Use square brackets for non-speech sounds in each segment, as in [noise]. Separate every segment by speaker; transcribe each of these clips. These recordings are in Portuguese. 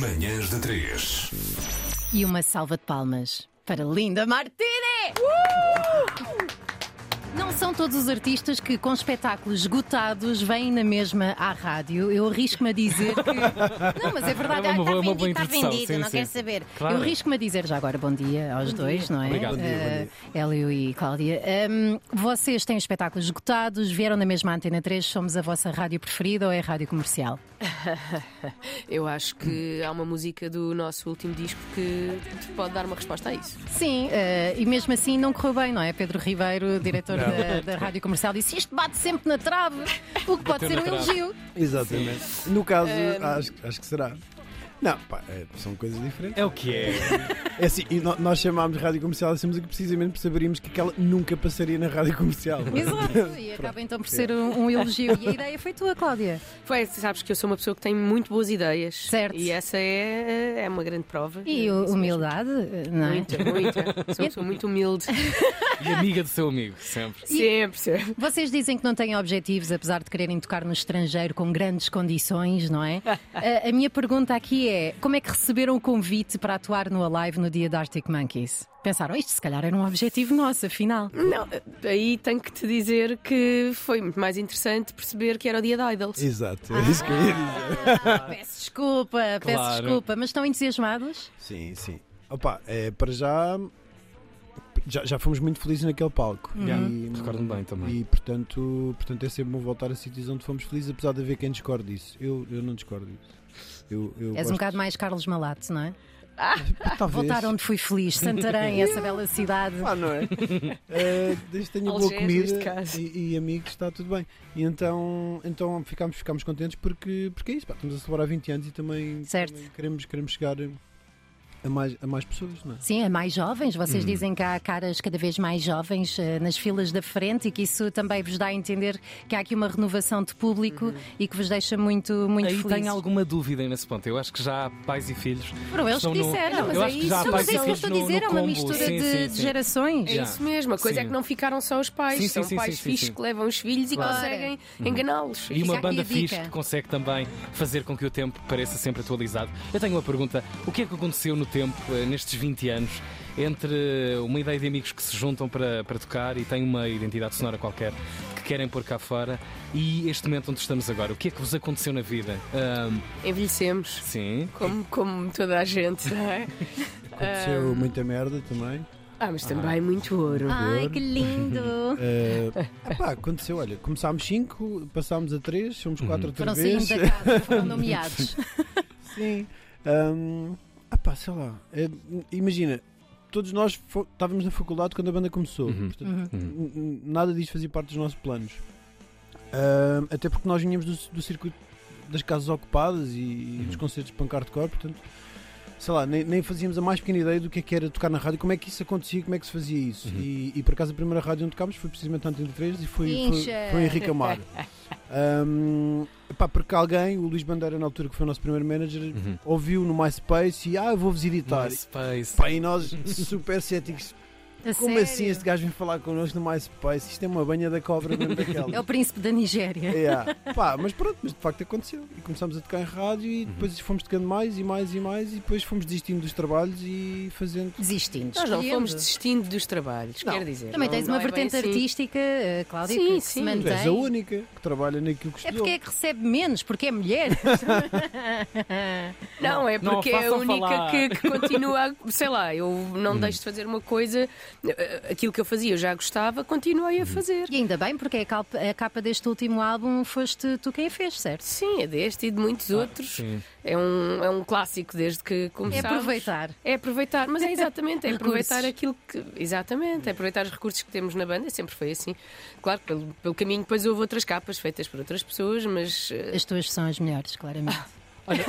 Speaker 1: Manhãs da 3.
Speaker 2: E uma salva de palmas para Linda Martini! Uh! Não são todos os artistas que, com espetáculos esgotados, vêm na mesma à rádio. Eu arrisco-me a dizer
Speaker 3: [laughs]
Speaker 2: que. Não, mas é verdade,
Speaker 3: É uma
Speaker 2: está
Speaker 3: boa-
Speaker 2: vendido,
Speaker 3: uma boa
Speaker 2: está
Speaker 3: introdução,
Speaker 2: vendido,
Speaker 3: sim,
Speaker 2: não
Speaker 3: sim.
Speaker 2: quero saber.
Speaker 3: Claro.
Speaker 2: Eu arrisco-me a dizer já agora bom dia aos dois, não é?
Speaker 3: Obrigado. Bom dia, bom
Speaker 2: Eh, Hélio e Cláudia. Hum, vocês têm espetáculos esgotados, vieram na mesma Antena 3, somos a vossa rádio preferida ou é a rádio comercial?
Speaker 4: Eu acho que há uma música do nosso último disco que te pode dar uma resposta a isso.
Speaker 2: Sim, eh, e mesmo assim não correu bem, não é? Pedro Ribeiro, diretor da, da Rádio Comercial, disse isto bate sempre na trave, o que pode ser um
Speaker 3: na trave.
Speaker 2: elogio.
Speaker 5: Exatamente. No caso, acho, acho que será. Não, pá, é- são coisas diferentes.
Speaker 3: É o que é.
Speaker 5: É assim, e no- nós chamámos rádio comercial assim, e estamos aqui precisamente porque saberíamos que aquela nunca passaria na rádio comercial.
Speaker 2: Exato, e acaba então
Speaker 3: É.
Speaker 2: por ser um, um elogio. E a ideia foi tua, Cláudia.
Speaker 4: Foi, sabes que eu sou uma pessoa que tem muito boas ideias.
Speaker 2: Certo.
Speaker 4: E essa é, é uma grande prova.
Speaker 2: E
Speaker 4: É
Speaker 2: o-
Speaker 4: isso
Speaker 2: humildade, eh, não é?
Speaker 4: mesmo. Muita, muita. Sou uma pessoa muito
Speaker 2: [laughs]
Speaker 4: humilde.
Speaker 3: E amiga do seu amigo, sempre.
Speaker 4: Sempre, sempre.
Speaker 2: Vocês dizem que não têm objetivos, apesar de quererem tocar no estrangeiro com grandes condições, não
Speaker 4: [laughs]
Speaker 2: é? A, a minha pergunta aqui é: como é que receberam o convite para atuar no Alive no dia da Arctic Monkeys? Pensaram, isto se calhar era um objetivo nosso, afinal.
Speaker 4: Não, aí tenho que te dizer que foi muito mais interessante perceber que era o dia da Idols.
Speaker 5: Exato,
Speaker 2: Ah.
Speaker 5: é isso que eu ia dizer.
Speaker 2: Peço desculpa, peço
Speaker 3: Claro.
Speaker 2: desculpa, mas estão entusiasmados?
Speaker 5: Sim, sim. Opa, é, para já, já. Já fomos muito felizes naquele palco.
Speaker 2: Uhum.
Speaker 3: Yeah,
Speaker 5: E-
Speaker 3: Recordo-me bem também.
Speaker 5: E portanto, portanto é sempre bom voltar a sítios onde fomos felizes, apesar de haver quem discorde disso. Eu, eu não discordo disso. Eu, eu
Speaker 2: És
Speaker 5: gosto-
Speaker 2: um bocado mais Carlos Malato, não é?
Speaker 5: Talvez.
Speaker 2: Voltar onde fui feliz,
Speaker 3: [laughs]
Speaker 2: Santarém, essa bela cidade.
Speaker 5: Ah, não é? Eh, desde que tenha boa
Speaker 4: Algés, neste
Speaker 5: comida
Speaker 4: caso.
Speaker 5: e, e amigos, está tudo bem. E então, então ficámos, ficámos contentes porque, porque é isso. Pá, estamos a celebrar 20 anos e também,
Speaker 2: Certo.
Speaker 5: também queremos, queremos chegar a mais, a mais pessoas, não é?
Speaker 2: Sim, é mais jovens. Vocês
Speaker 3: Hum.
Speaker 2: dizem que há caras cada vez mais jovens eh, nas filas da frente e que isso também vos dá a entender que há aqui uma renovação de público e que vos deixa muito, muito
Speaker 3: Uhum. Aí
Speaker 2: felizes.
Speaker 3: tenho alguma dúvida nesse ponto. Eu acho que já há pais e filhos.
Speaker 2: Foram eles que
Speaker 3: Estão no-
Speaker 2: disseram.
Speaker 3: Eu acho que já há
Speaker 2: Não,
Speaker 3: pais
Speaker 2: mas é
Speaker 3: e
Speaker 2: isso que eu
Speaker 3: filhos
Speaker 2: estou
Speaker 3: no,
Speaker 2: a dizer, é
Speaker 3: no
Speaker 2: uma
Speaker 3: combo.
Speaker 2: mistura
Speaker 3: Sim,
Speaker 2: de,
Speaker 3: sim,
Speaker 2: de
Speaker 3: sim.
Speaker 2: gerações.
Speaker 4: É
Speaker 3: Já.
Speaker 4: isso mesmo, a coisa é
Speaker 3: Sim.
Speaker 4: que não ficaram só os pais,
Speaker 3: Sim,
Speaker 4: são
Speaker 3: sim, sim,
Speaker 4: pais
Speaker 3: sim, sim,
Speaker 4: fixos
Speaker 3: sim. Uhum.
Speaker 4: que levam os filhos
Speaker 2: Claro.
Speaker 4: e conseguem enganá-los.
Speaker 3: E uma
Speaker 2: aqui a
Speaker 3: banda fixe
Speaker 2: dica.
Speaker 3: que consegue também fazer com que o tempo pareça sempre atualizado. Eu tenho uma pergunta: o que é que aconteceu no tempo, eh, nestes 20 anos, entre eh, uma ideia de amigos que se juntam para, para tocar e têm uma identidade sonora qualquer que querem pôr cá fora e este momento onde estamos agora? O que é que vos aconteceu na vida? Ahm,
Speaker 4: Envelhecemos.
Speaker 3: sim,
Speaker 4: Como, como toda a gente, não é?
Speaker 5: Aconteceu muita merda também.
Speaker 4: Ah, mas também muito ouro.
Speaker 2: Ai, que
Speaker 3: [laughs]
Speaker 2: lindo!
Speaker 5: Eh, epá, aconteceu, olha, começámos 5, passámos a 3, somos 4 outra
Speaker 2: Foram
Speaker 5: vez.
Speaker 2: saindo da casa, foram nomeados.
Speaker 3: [laughs]
Speaker 5: Sim. Ahm, ah pá, sei lá. É, imagina, todos nós fo- estávamos na faculdade quando a banda começou.
Speaker 3: Uhum.
Speaker 5: Portanto,
Speaker 3: Uhum.
Speaker 5: n- n- Nada disso fazia parte dos nossos planos. Ahm, até porque nós vinhamos do, do circuito das casas ocupadas e, e dos concertos de pancar de cor, portanto, sei lá, nem, nem fazíamos a mais pequena ideia do que é que era tocar na rádio, como é que isso acontecia, como é que se fazia isso. E, e por acaso a primeira rádio onde tocámos foi precisamente a Antena 3 e foi, foi,
Speaker 2: Incha!
Speaker 5: foi Henrique Amaro. Ahm, pá, porque alguém, o Luís Bandeira, na altura que foi o nosso primeiro manager,
Speaker 3: Uhum.
Speaker 5: ouviu no MySpace e ah, eu vou-vos editar.
Speaker 3: MySpace.
Speaker 5: Pá, e nós super céticos.
Speaker 2: A
Speaker 5: Como
Speaker 2: sério?
Speaker 5: assim este gajo vem falar connosco no MySpace? Isto é uma banha da cobra
Speaker 2: [laughs]
Speaker 5: mesmo daquela.
Speaker 2: É o príncipe da Nigéria.
Speaker 5: Yeah. Pá, mas pronto, mas de facto aconteceu. E começámos a tocar em rádio e depois fomos tocando mais e mais e mais e depois fomos desistindo dos trabalhos e fazendo.
Speaker 2: Desistindo.
Speaker 4: Nós não
Speaker 2: escolhendo.
Speaker 4: fomos desistindo dos trabalhos, quer dizer.
Speaker 2: Também
Speaker 4: não-
Speaker 2: tens
Speaker 4: não
Speaker 2: uma
Speaker 4: é bem
Speaker 2: vertente
Speaker 4: assim.
Speaker 2: artística, eh, Cláudia,
Speaker 4: Sim, é
Speaker 2: que, que se
Speaker 4: sim.
Speaker 5: Tu és
Speaker 2: mantém.
Speaker 5: a única que trabalha naquilo que
Speaker 2: É
Speaker 5: estudou.
Speaker 2: porque é que recebe menos, porque é
Speaker 4: [laughs]
Speaker 2: mulher.
Speaker 4: Não, é
Speaker 3: Não
Speaker 4: porque é a
Speaker 3: façam
Speaker 4: única
Speaker 3: falar.
Speaker 4: que, que continua, [laughs] a- sei lá, eu não deixo de fazer uma coisa, eh, aquilo que eu fazia, eu já gostava, continuei a fazer.
Speaker 2: E ainda bem, porque é a calpa- a capa, deste último álbum foste tu quem a fez, certo?
Speaker 4: Sim, é deste e de muitos outros.
Speaker 3: sim.
Speaker 4: É um, é um clássico desde que
Speaker 2: É
Speaker 4: começámos.
Speaker 2: aproveitar.
Speaker 4: É aproveitar, mas é exatamente, é
Speaker 2: [laughs] Recursos.
Speaker 4: aproveitar aquilo que. Exatamente, é aproveitar os recursos que temos na banda, sempre foi assim. Claro, que pelo, pelo caminho depois houve outras capas feitas por outras pessoas, mas. eh,
Speaker 2: As tuas são as melhores, claramente.
Speaker 3: Olha,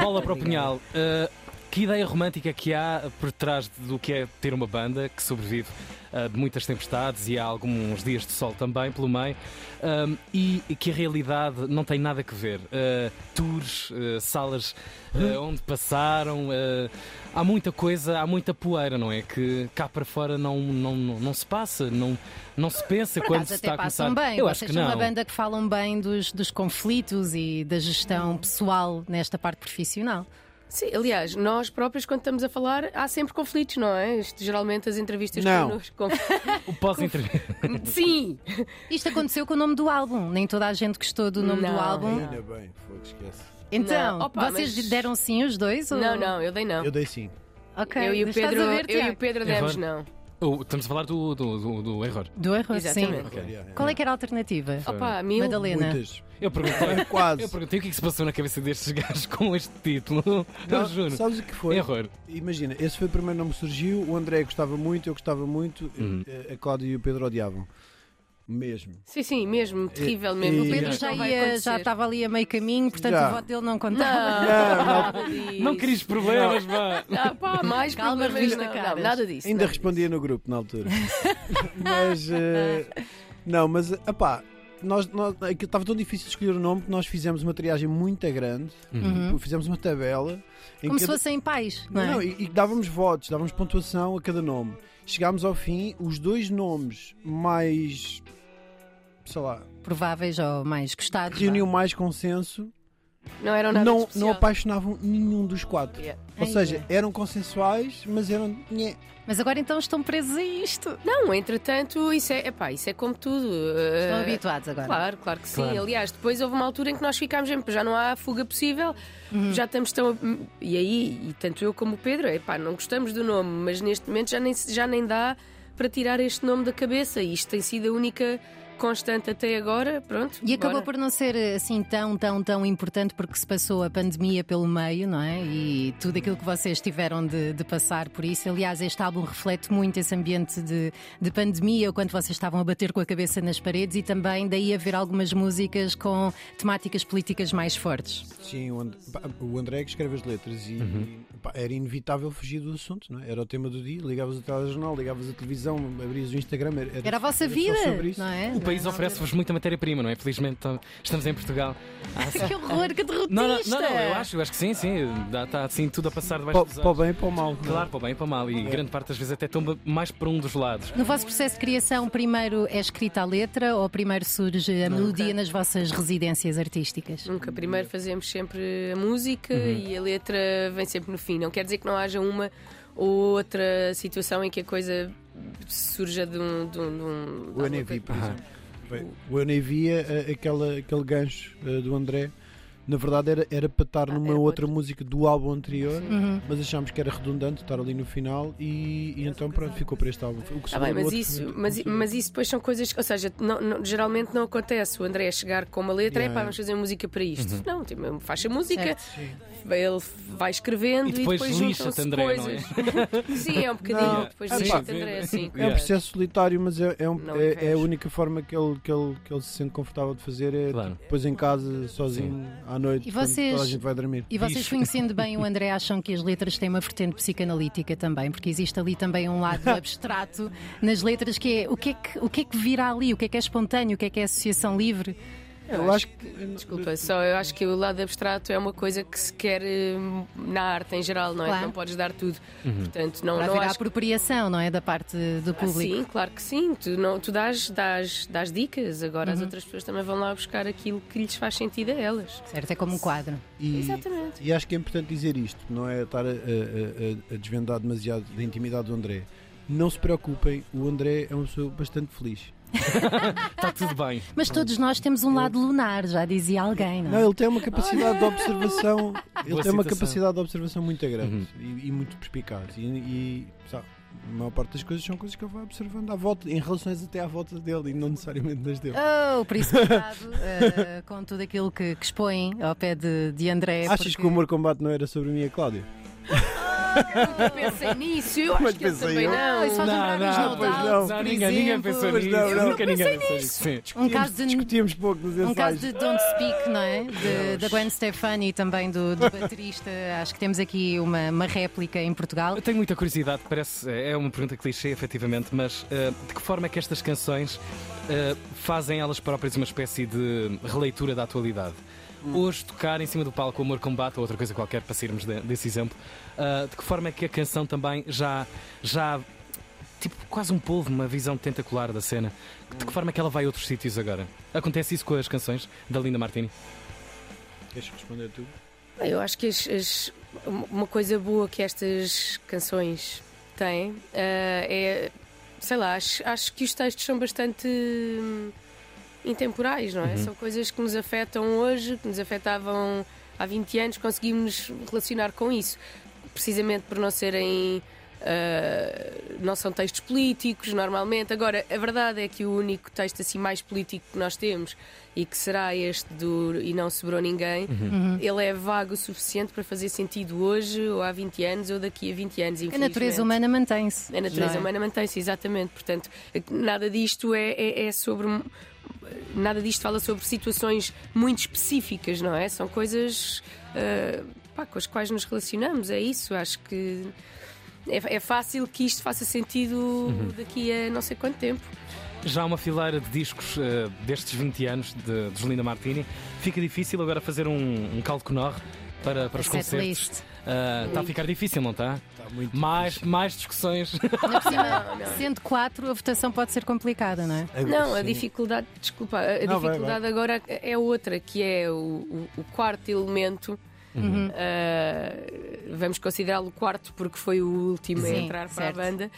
Speaker 3: bola para o punhal. Eh, Uh, que ideia romântica que há por trás do que é ter uma banda que sobrevive ah, de muitas tempestades e há alguns dias de sol também pelo meio, ahm, e que a realidade não tem nada a ver. Ah, tours, ah, salas ah, onde passaram, ah, há muita coisa, há muita poeira, não é? Que cá para fora não, não, não, não se passa, não, não se pensa
Speaker 2: Por
Speaker 3: quando
Speaker 2: acaso até
Speaker 3: se está a começar.
Speaker 2: passam bem.
Speaker 3: Eu
Speaker 2: Vocês
Speaker 3: acho que
Speaker 2: são uma
Speaker 3: não.
Speaker 2: banda que falam bem dos, dos conflitos e da gestão pessoal nesta parte profissional.
Speaker 4: Sim, aliás, nós próprios, quando estamos a falar, há sempre conflitos, não é? Isto, geralmente as entrevistas
Speaker 5: Não.
Speaker 4: connosco. conf-
Speaker 3: O pós-entrevista.
Speaker 4: [laughs] Sim!
Speaker 2: Isto aconteceu com o nome do álbum. Nem toda a gente gostou do nome do
Speaker 4: Não.
Speaker 2: álbum.
Speaker 5: Ainda bem, foi, esquece.
Speaker 2: Então,
Speaker 4: Não. Opa,
Speaker 2: vocês
Speaker 4: mas-
Speaker 2: deram sim os dois? ou-
Speaker 4: Não, não, eu dei não.
Speaker 5: Eu dei sim.
Speaker 2: Ok,
Speaker 4: eu e o
Speaker 2: estás
Speaker 4: Pedro,
Speaker 2: a ver,
Speaker 4: eu e
Speaker 2: Tiago?
Speaker 4: o Pedro demos não.
Speaker 3: Oh, estamos a falar do, do, do, do erro.
Speaker 2: Do erro, sim.
Speaker 4: Exatamente.
Speaker 3: Ok.
Speaker 5: Yeah,
Speaker 2: Qual é que era a alternativa?
Speaker 4: Opa, mil.
Speaker 2: Madalena.
Speaker 5: Muitas.
Speaker 3: Eu perguntei.
Speaker 5: [laughs] Quase.
Speaker 3: Eu perguntei o que é que se passou na cabeça destes gajos [laughs] com este título. eu
Speaker 2: é
Speaker 5: Não,
Speaker 3: juro.
Speaker 5: Sabes o que foi?
Speaker 3: Error.
Speaker 5: Imagina, esse foi o primeiro nome que surgiu. O André gostava muito, eu gostava muito,
Speaker 3: Uhum.
Speaker 5: a- a Cláudia e o Pedro odiavam. Mesmo.
Speaker 4: Sim, sim, mesmo, terrível mesmo.
Speaker 5: e-
Speaker 2: O Pedro
Speaker 4: Isto
Speaker 2: já,
Speaker 4: não vai
Speaker 2: ia,
Speaker 4: acontecer. Ah,
Speaker 2: já estava ali a meio caminho, portanto
Speaker 5: Já.
Speaker 2: o voto dele não contava.
Speaker 4: Não, não,
Speaker 3: Não querias problemas, vá.
Speaker 4: Ah, pá, mais
Speaker 2: Calma,
Speaker 4: problemas,
Speaker 2: revista
Speaker 4: não,
Speaker 2: caras.
Speaker 4: não, nada disso.
Speaker 5: Ainda
Speaker 4: nada
Speaker 5: respondia no grupo na
Speaker 4: [laughs]
Speaker 5: altura. mas. eh, não, mas. Apá, nós, nós, aquilo estava tão difícil escolher o nome que nós fizemos uma triagem muito grande.
Speaker 2: Uhum.
Speaker 5: Fizemos uma tabela. em
Speaker 2: Como se
Speaker 4: assim,
Speaker 5: cada-
Speaker 2: fossem pais, não
Speaker 5: Não,
Speaker 2: é?
Speaker 5: e, e dávamos votos, dávamos pontuação a cada nome. Chegámos ao fim, os dois nomes mais. sei lá.
Speaker 2: Prováveis ou mais gostados. é?
Speaker 5: que reuniam mais consenso
Speaker 4: disso. Não eram nada
Speaker 5: não,
Speaker 4: especial.
Speaker 5: não apaixonavam nenhum dos quatro.
Speaker 4: Yeah.
Speaker 5: Ou
Speaker 2: Ai,
Speaker 5: seja, eram consensuais, mas eram. nhé.
Speaker 2: vá. Mas agora então estão presos a isto.
Speaker 4: Não, entretanto, isso é, epá, isso é como tudo. eh,
Speaker 2: Estão habituados agora.
Speaker 4: Claro, claro que sim.
Speaker 3: Claro.
Speaker 4: Aliás, depois houve uma altura em que nós ficámos em já não há fuga possível,
Speaker 2: Uhum.
Speaker 4: já estamos tão. E aí, e tanto eu como o Pedro, epá, não gostamos do nome, mas neste momento já nem, se- já nem dá para tirar este nome da cabeça. E isto tem sido a única constante até agora, pronto.
Speaker 2: E acabou
Speaker 4: bora.
Speaker 2: por não ser assim tão, tão, tão importante porque se passou a pandemia pelo meio, não é? E tudo aquilo que vocês tiveram de, de passar por isso. Aliás, este álbum reflete muito esse ambiente de, de pandemia, quando vocês estavam a bater com a cabeça nas paredes e também daí haver algumas músicas com temáticas políticas mais fortes.
Speaker 5: Sim, o, And- pá, o André é que escreve as letras e pá, era inevitável fugir do assunto, não é? Era o tema do dia, ligavas o telejornal, ligavas a televisão, abrias o Instagram. Era,
Speaker 2: Era a vossa
Speaker 5: só
Speaker 2: vida,
Speaker 5: sobre isso.
Speaker 2: não é?
Speaker 3: O país oferece-vos muita matéria-prima, não é? Felizmente tam- estamos em Portugal. Ah, sim.
Speaker 2: Que horror, que derrotista!
Speaker 3: não, não, não, não, eu acho, eu acho que sim, sim. Dá- Está assim tudo a passar debaixo
Speaker 5: Para
Speaker 3: dos
Speaker 5: para o
Speaker 3: olhos.
Speaker 5: bem e para o mal. não é?
Speaker 3: Claro, para o bem e para o mal. E grande parte das vezes até tomba mais para um dos lados.
Speaker 2: No vosso processo de criação, primeiro é escrita a letra ou primeiro surge a melodia nas vossas residências artísticas?
Speaker 3: Hum.
Speaker 4: Nunca. Primeiro fazemos sempre a música
Speaker 2: Uhum.
Speaker 4: e a letra vem sempre no fim. Não quer dizer que não haja uma ou outra situação em que a coisa surja de um. De um, de um-
Speaker 5: O NAV, por exemplo. Bem, O NAV, é, é, aquela, aquele gancho é, do André, na verdade era, era para estar
Speaker 4: Ah,
Speaker 5: numa
Speaker 4: era
Speaker 5: outra
Speaker 4: outro.
Speaker 5: música do álbum anterior,
Speaker 2: Uhum.
Speaker 5: mas achámos que era redundante estar ali no final e, e então pronto, ficou
Speaker 2: assim.
Speaker 5: para este álbum. O que
Speaker 4: Tá
Speaker 5: sobrou
Speaker 4: bem,
Speaker 5: do
Speaker 4: mas
Speaker 5: outro-
Speaker 4: isso, mas, i- mas isso depois são coisas que, ou seja, não- não- geralmente não acontece o André chegar com uma letra,
Speaker 5: Yeah.
Speaker 4: é pá, vamos fazer música para isto.
Speaker 3: Uhum.
Speaker 4: Não, tipo, faz a música, ele vai escrevendo
Speaker 3: E
Speaker 4: e
Speaker 3: depois
Speaker 4: depois,
Speaker 3: lixa-te,
Speaker 4: juntam-se
Speaker 3: André, não é?
Speaker 4: coisas. [laughs] Sim, é um bocadinho,
Speaker 5: Não.
Speaker 4: depois
Speaker 5: Ah, pá.
Speaker 4: lixa-te, André, sim.
Speaker 5: É um
Speaker 3: Yeah.
Speaker 5: processo solitário, mas é, é, um-
Speaker 4: Não
Speaker 5: é-
Speaker 4: invejo.
Speaker 5: é a única forma que ele, que, ele, que ele se sente confortável de fazer é
Speaker 3: Claro.
Speaker 5: depois em casa, sozinho, à noite,
Speaker 2: E
Speaker 5: quando
Speaker 2: vocês-
Speaker 5: toda a gente vai dormir.
Speaker 2: E vocês
Speaker 3: Bicho.
Speaker 2: conhecendo bem
Speaker 3: [laughs]
Speaker 2: o André acham que as letras têm uma vertente psicanalítica também, porque existe ali também um
Speaker 3: [laughs]
Speaker 2: lado abstrato nas letras que é o que é que, o que, é que virá ali, o que é que é espontâneo, o que é que é associação livre.
Speaker 5: Eu acho que.
Speaker 4: Desculpa, só eu acho que o lado abstrato é uma coisa que se quer eh, na arte em geral, não é?
Speaker 2: Claro.
Speaker 4: Não podes dar tudo.
Speaker 3: Uhum.
Speaker 4: Portanto, não,
Speaker 2: Para
Speaker 4: não
Speaker 2: haver a
Speaker 4: acho que.
Speaker 2: apropriação, não é? Da parte do
Speaker 4: Ah,
Speaker 2: público.
Speaker 4: sim, claro que sim. Tu, não, tu dás, dás, dás dicas, agora
Speaker 3: Uhum.
Speaker 4: as outras pessoas também vão lá buscar aquilo que lhes faz sentido a elas.
Speaker 2: Certo, é como um quadro.
Speaker 5: E,
Speaker 4: Exatamente.
Speaker 5: E acho que é importante dizer isto, não é estar a, a- a- a desvendar demasiado da intimidade do André. Não se preocupem, o André é uma pessoa bastante feliz.
Speaker 3: Está Tá tudo bem.
Speaker 2: Mas todos nós temos um lado lunar, já dizia alguém, não
Speaker 5: Não,
Speaker 2: é?
Speaker 5: ele tem uma capacidade
Speaker 2: [laughs]
Speaker 5: de observação, ele
Speaker 3: Boa
Speaker 5: tem uma
Speaker 3: citação.
Speaker 5: capacidade de observação muito grande
Speaker 3: Uhum.
Speaker 5: e, e muito perspicaz. E, e sabe, a maior parte das coisas são coisas que ele vai observando à volta, em relações até à volta dele e não necessariamente das dele.
Speaker 2: Oh, por isso cuidado eh, com tudo aquilo que, que expõem ao pé de, de André.
Speaker 5: Achas
Speaker 2: é porque-
Speaker 5: que o humor combate não era sobre mim e a Cláudia?
Speaker 4: nunca pensei nisso. Eu acho
Speaker 5: Mas
Speaker 4: que eu
Speaker 5: pensei
Speaker 4: também
Speaker 5: eu.
Speaker 2: Não, isso
Speaker 4: não.
Speaker 2: faz
Speaker 3: Não,
Speaker 2: lembrar
Speaker 3: não,
Speaker 2: os
Speaker 5: pois
Speaker 2: Nodal,
Speaker 5: não.
Speaker 2: por
Speaker 3: ninguém, ninguém
Speaker 2: exemplo.
Speaker 3: pensou
Speaker 5: Mas
Speaker 3: nisso.
Speaker 5: não, não.
Speaker 3: Nunca ninguém pensou nisso. Sim.
Speaker 2: Um caso de
Speaker 5: Discutíamos pouco nos ensaios.
Speaker 2: Um caso de Don't Speak, não é? De- Da Gwen Stefani e também do, do baterista. Acho que temos aqui uma, uma réplica em Portugal.
Speaker 3: Eu tenho muita curiosidade, parece, é uma pergunta clichê, efetivamente, mas eh, de que forma é que estas canções eh, fazem elas próprias uma espécie de releitura da atualidade? Hoje tocar em cima do palco Amor Combate ou outra coisa qualquer, para sairmos de- desse exemplo, eh, de que forma é que a canção também já, já tipo, quase um polvo, uma visão tentacular da cena, de que forma é que ela vai a outros sítios agora? Acontece isso com as canções da Linda Martini?
Speaker 5: Queres responder tu?
Speaker 4: Eu acho que as- as- uma coisa boa que estas canções têm ah, é. Sei lá, acho, acho que os textos são bastante hum, intemporais, não é? São coisas que nos afetam hoje, que nos afetavam há 20 anos, conseguimos relacionar com isso. Precisamente por não serem. ah, não são textos políticos normalmente. Agora, a verdade é que o único texto assim mais político que nós temos e que será este do E Não Sobrou Ninguém,
Speaker 2: Uhum.
Speaker 4: ele é vago o suficiente para fazer sentido hoje, ou há 20 anos, ou daqui a 20 anos.
Speaker 2: A natureza
Speaker 4: infelizmente.
Speaker 2: humana mantém-se.
Speaker 4: A natureza
Speaker 2: não é?
Speaker 4: humana mantém-se, exatamente. Portanto, nada disto é, é- é sobre. Nada disto fala sobre situações muito específicas, não é? São coisas ah, pá, com as quais nos relacionamos, é isso. Acho que é, é fácil que isto faça sentido
Speaker 2: Uhum.
Speaker 4: daqui a não sei quanto tempo.
Speaker 3: Já há uma fileira de discos eh, destes 20 anos de, dos Linda Martini. Fica difícil agora fazer um, um calco nor para, para os concertos.
Speaker 2: Setlist.
Speaker 3: Está a ficar difícil, não está?
Speaker 5: Está muito
Speaker 3: Mais, mais discussões. [laughs]
Speaker 2: Ainda por
Speaker 4: [laughs]
Speaker 2: cima, Sendo quatro, a votação pode ser complicada, não é?
Speaker 4: Não, a dificuldade, desculpa, a, a
Speaker 5: Não, vai,
Speaker 4: dificuldade agora é outra, que é o, o- o quarto elemento.
Speaker 5: Uhum.
Speaker 2: Uhum.
Speaker 4: Ah, vamos considerá-lo quarto porque foi o último a
Speaker 2: Sim,
Speaker 4: entrar
Speaker 2: certo.
Speaker 4: para a banda.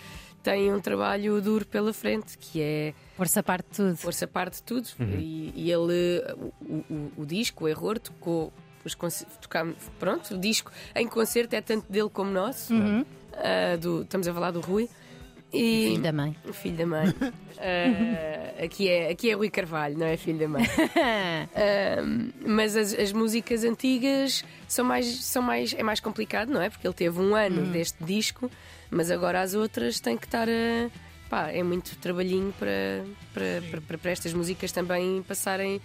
Speaker 4: Tem um trabalho duro pela frente, que é
Speaker 2: Força parte de tudo.
Speaker 4: força parte de tudo.
Speaker 5: Uhum.
Speaker 4: E, e ele, o, o- o disco, o erro, tocou. Os conce- tocámos- pronto, o disco em concerto é tanto dele como nosso.
Speaker 2: Uhum.
Speaker 4: Ah, do, estamos a falar do Rui. E-
Speaker 2: Filho da mãe. [laughs]
Speaker 4: o Filho da mãe. Ah, aqui, é, aqui é Rui Carvalho, não é filho da mãe. Ah, mas as, as músicas antigas são mais, são mais. é mais complicado, não é? Porque ele teve um ano deste disco, mas agora as outras têm que estar a. pá, é muito trabalhinho para, para, para, para- para estas músicas também passarem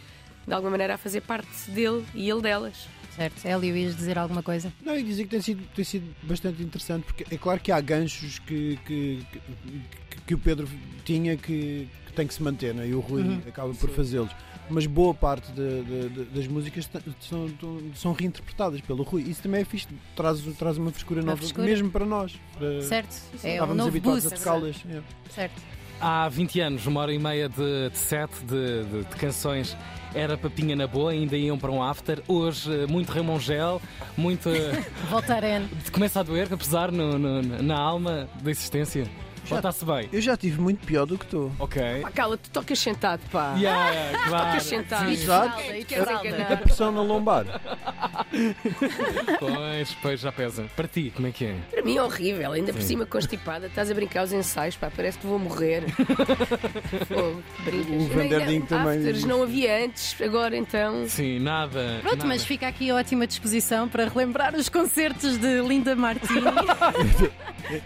Speaker 4: de alguma maneira a fazer parte dele e ele delas.
Speaker 2: Certo. Hélio, ias dizer alguma coisa?
Speaker 5: Não, e dizer que tem sido, tem sido bastante interessante, porque é claro que há ganchos que, que, que, que o Pedro tinha que, que tem que se manter, não é? e o Rui
Speaker 2: Uhum.
Speaker 5: acaba por fazê-los. Mas boa parte de- de- de- das músicas ta- são, são- são reinterpretadas pelo Rui. Isso também é fixe, traz, traz uma frescura nova,
Speaker 2: frescura.
Speaker 5: mesmo para nós. Para-
Speaker 2: Certo. É um
Speaker 5: Eh, Estávamos
Speaker 2: novo
Speaker 5: habituados
Speaker 2: boost.
Speaker 5: a tocá-las. é.
Speaker 2: Certo.
Speaker 3: Há 20 anos, uma hora e meia de, de set de, de- de canções era papinha na boa, ainda iam para um after. Hoje, eh, muito Ramon Gel, muito. eh,
Speaker 2: Voltarem.
Speaker 3: começa a doer, apesar no, no- na alma da existência. Ou está-se bem?
Speaker 5: Eu já tive muito pior do que tu.
Speaker 3: Ok.
Speaker 4: Pá, cala, tu tocas sentado, pá.
Speaker 3: Yeah, yeah, claro.
Speaker 4: Tocas sentado. é
Speaker 5: Sim, exato.
Speaker 4: Quem te queres
Speaker 5: A
Speaker 4: enganar?
Speaker 5: pressão
Speaker 2: [laughs]
Speaker 5: na lombar.
Speaker 3: Pois, pois, já pesa. Para ti, como é que é?
Speaker 4: Para mim é horrível, ainda por cima constipada. Estás a brincar os ensaios, pá, parece que
Speaker 3: [laughs]
Speaker 4: vou morrer. Fogo, brincas.
Speaker 5: O Van der Ding também.
Speaker 4: Afters não havia antes, agora então.
Speaker 3: Sim, nada.
Speaker 2: Pronto,
Speaker 3: nada.
Speaker 2: mas fica aqui a ótima disposição para relembrar os concertos de Linda
Speaker 5: [laughs]
Speaker 2: Martini.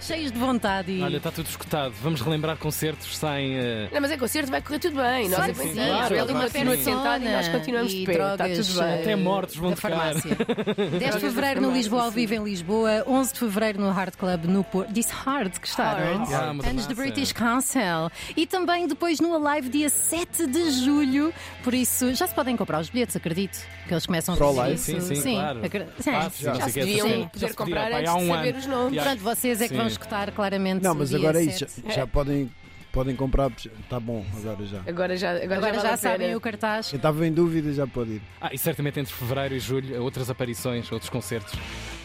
Speaker 2: Cheios de vontade. E...
Speaker 3: Olha, está tudo escutado. Vamos relembrar concertos sem. eh,
Speaker 4: Não, mas é concerto, vai correr tudo bem. Nós
Speaker 2: Claro que
Speaker 4: aguentamos.
Speaker 2: sim,
Speaker 3: claro,
Speaker 4: ele é
Speaker 3: claro
Speaker 4: continua
Speaker 3: que sim.
Speaker 4: sentado e nós continuamos
Speaker 2: e
Speaker 4: de pé. Está
Speaker 2: drogas,
Speaker 4: tudo bem.
Speaker 3: Até mortos vão
Speaker 2: da [laughs]
Speaker 3: tocar.
Speaker 2: farmácia. 10 de
Speaker 4: da
Speaker 2: fevereiro no
Speaker 4: farmácia,
Speaker 2: Lisboa ao
Speaker 4: sim.
Speaker 2: vivo em Lisboa, 11 de fevereiro no Hard Club no Porto. Disse Hard, gostaram?
Speaker 4: Hard.
Speaker 3: Ah, mas
Speaker 2: Anos
Speaker 3: massa.
Speaker 2: do é? British Council. E também depois no Alive, dia 7 de julho. Por isso, já se podem comprar os bilhetes, acredito. Que eles começam
Speaker 5: Pro
Speaker 2: a dizer
Speaker 5: Alive,
Speaker 2: isso.
Speaker 3: Sim, sim, claro.
Speaker 2: acre- sim.
Speaker 3: Passos, não sei
Speaker 4: Já
Speaker 3: o
Speaker 4: se
Speaker 3: quê, essa
Speaker 4: deviam
Speaker 3: cena.
Speaker 4: poder
Speaker 3: Já se podia,
Speaker 4: comprar
Speaker 3: pá,
Speaker 4: antes
Speaker 3: há
Speaker 4: de
Speaker 3: um
Speaker 4: saber
Speaker 3: ano.
Speaker 4: os nomes.
Speaker 3: Yeah.
Speaker 2: Pronto, vocês é que
Speaker 3: Sim.
Speaker 2: vão escutar claramente.
Speaker 5: Não, mas
Speaker 2: o dia
Speaker 5: agora é
Speaker 2: 7.
Speaker 5: isso. Já podem, podem comprar. Está bom, agora
Speaker 2: É.
Speaker 5: já.
Speaker 4: Agora já, agora
Speaker 2: Agora
Speaker 4: já,
Speaker 2: já,
Speaker 4: vale a
Speaker 2: sabem
Speaker 4: pena.
Speaker 2: o cartaz.
Speaker 5: Quem estava em dúvida já pode ir.
Speaker 3: Ah, e certamente entre fevereiro e julho, outras aparições, outros concertos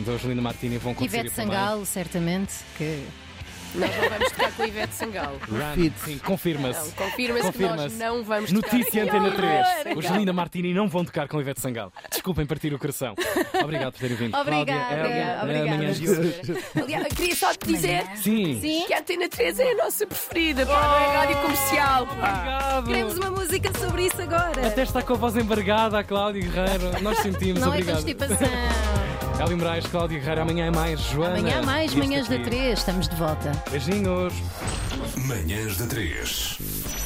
Speaker 3: da Angelina Martini vão acontecer.
Speaker 2: Ivete Sangalo, certamente, que
Speaker 4: Nós não vamos tocar com o Ivete Sangalo.
Speaker 3: Run,
Speaker 5: Fit.
Speaker 3: Sim,
Speaker 4: Não,
Speaker 3: confirma-se.
Speaker 4: confirma-se que nós
Speaker 3: Confirma-se.
Speaker 4: não vamos
Speaker 3: Notícia
Speaker 4: tocar.
Speaker 3: Antena 3. Os Linda Martini não vão tocar com Ivete Sangalo. Desculpem partir o coração. Obrigado por terem vindo.
Speaker 2: Obrigada,
Speaker 3: Cláudia, Elga,
Speaker 2: obrigada.
Speaker 3: amanhã de hoje.
Speaker 4: Aliás, eu queria só te dizer
Speaker 3: Sim.
Speaker 2: Sim.
Speaker 4: que a Antena 3 é a nossa preferida, pá, não é rádio comercial,
Speaker 3: Ah.
Speaker 4: pá.
Speaker 3: Obrigado.
Speaker 2: Queremos uma música sobre isso agora.
Speaker 3: Até está com a voz embargada a Cláudia Guerreiro. Nós sentimos.
Speaker 2: Não é
Speaker 3: [laughs] Obrigado.
Speaker 2: constipação.
Speaker 3: Hélio Moraes, Cláudia Guerreiro, amanhã é mais, Joana.
Speaker 2: Amanhã há mais
Speaker 3: E este
Speaker 2: manhãs da
Speaker 3: aqui.
Speaker 2: 3, estamos de volta.
Speaker 3: Beijinhos.
Speaker 1: Manhãs da 3.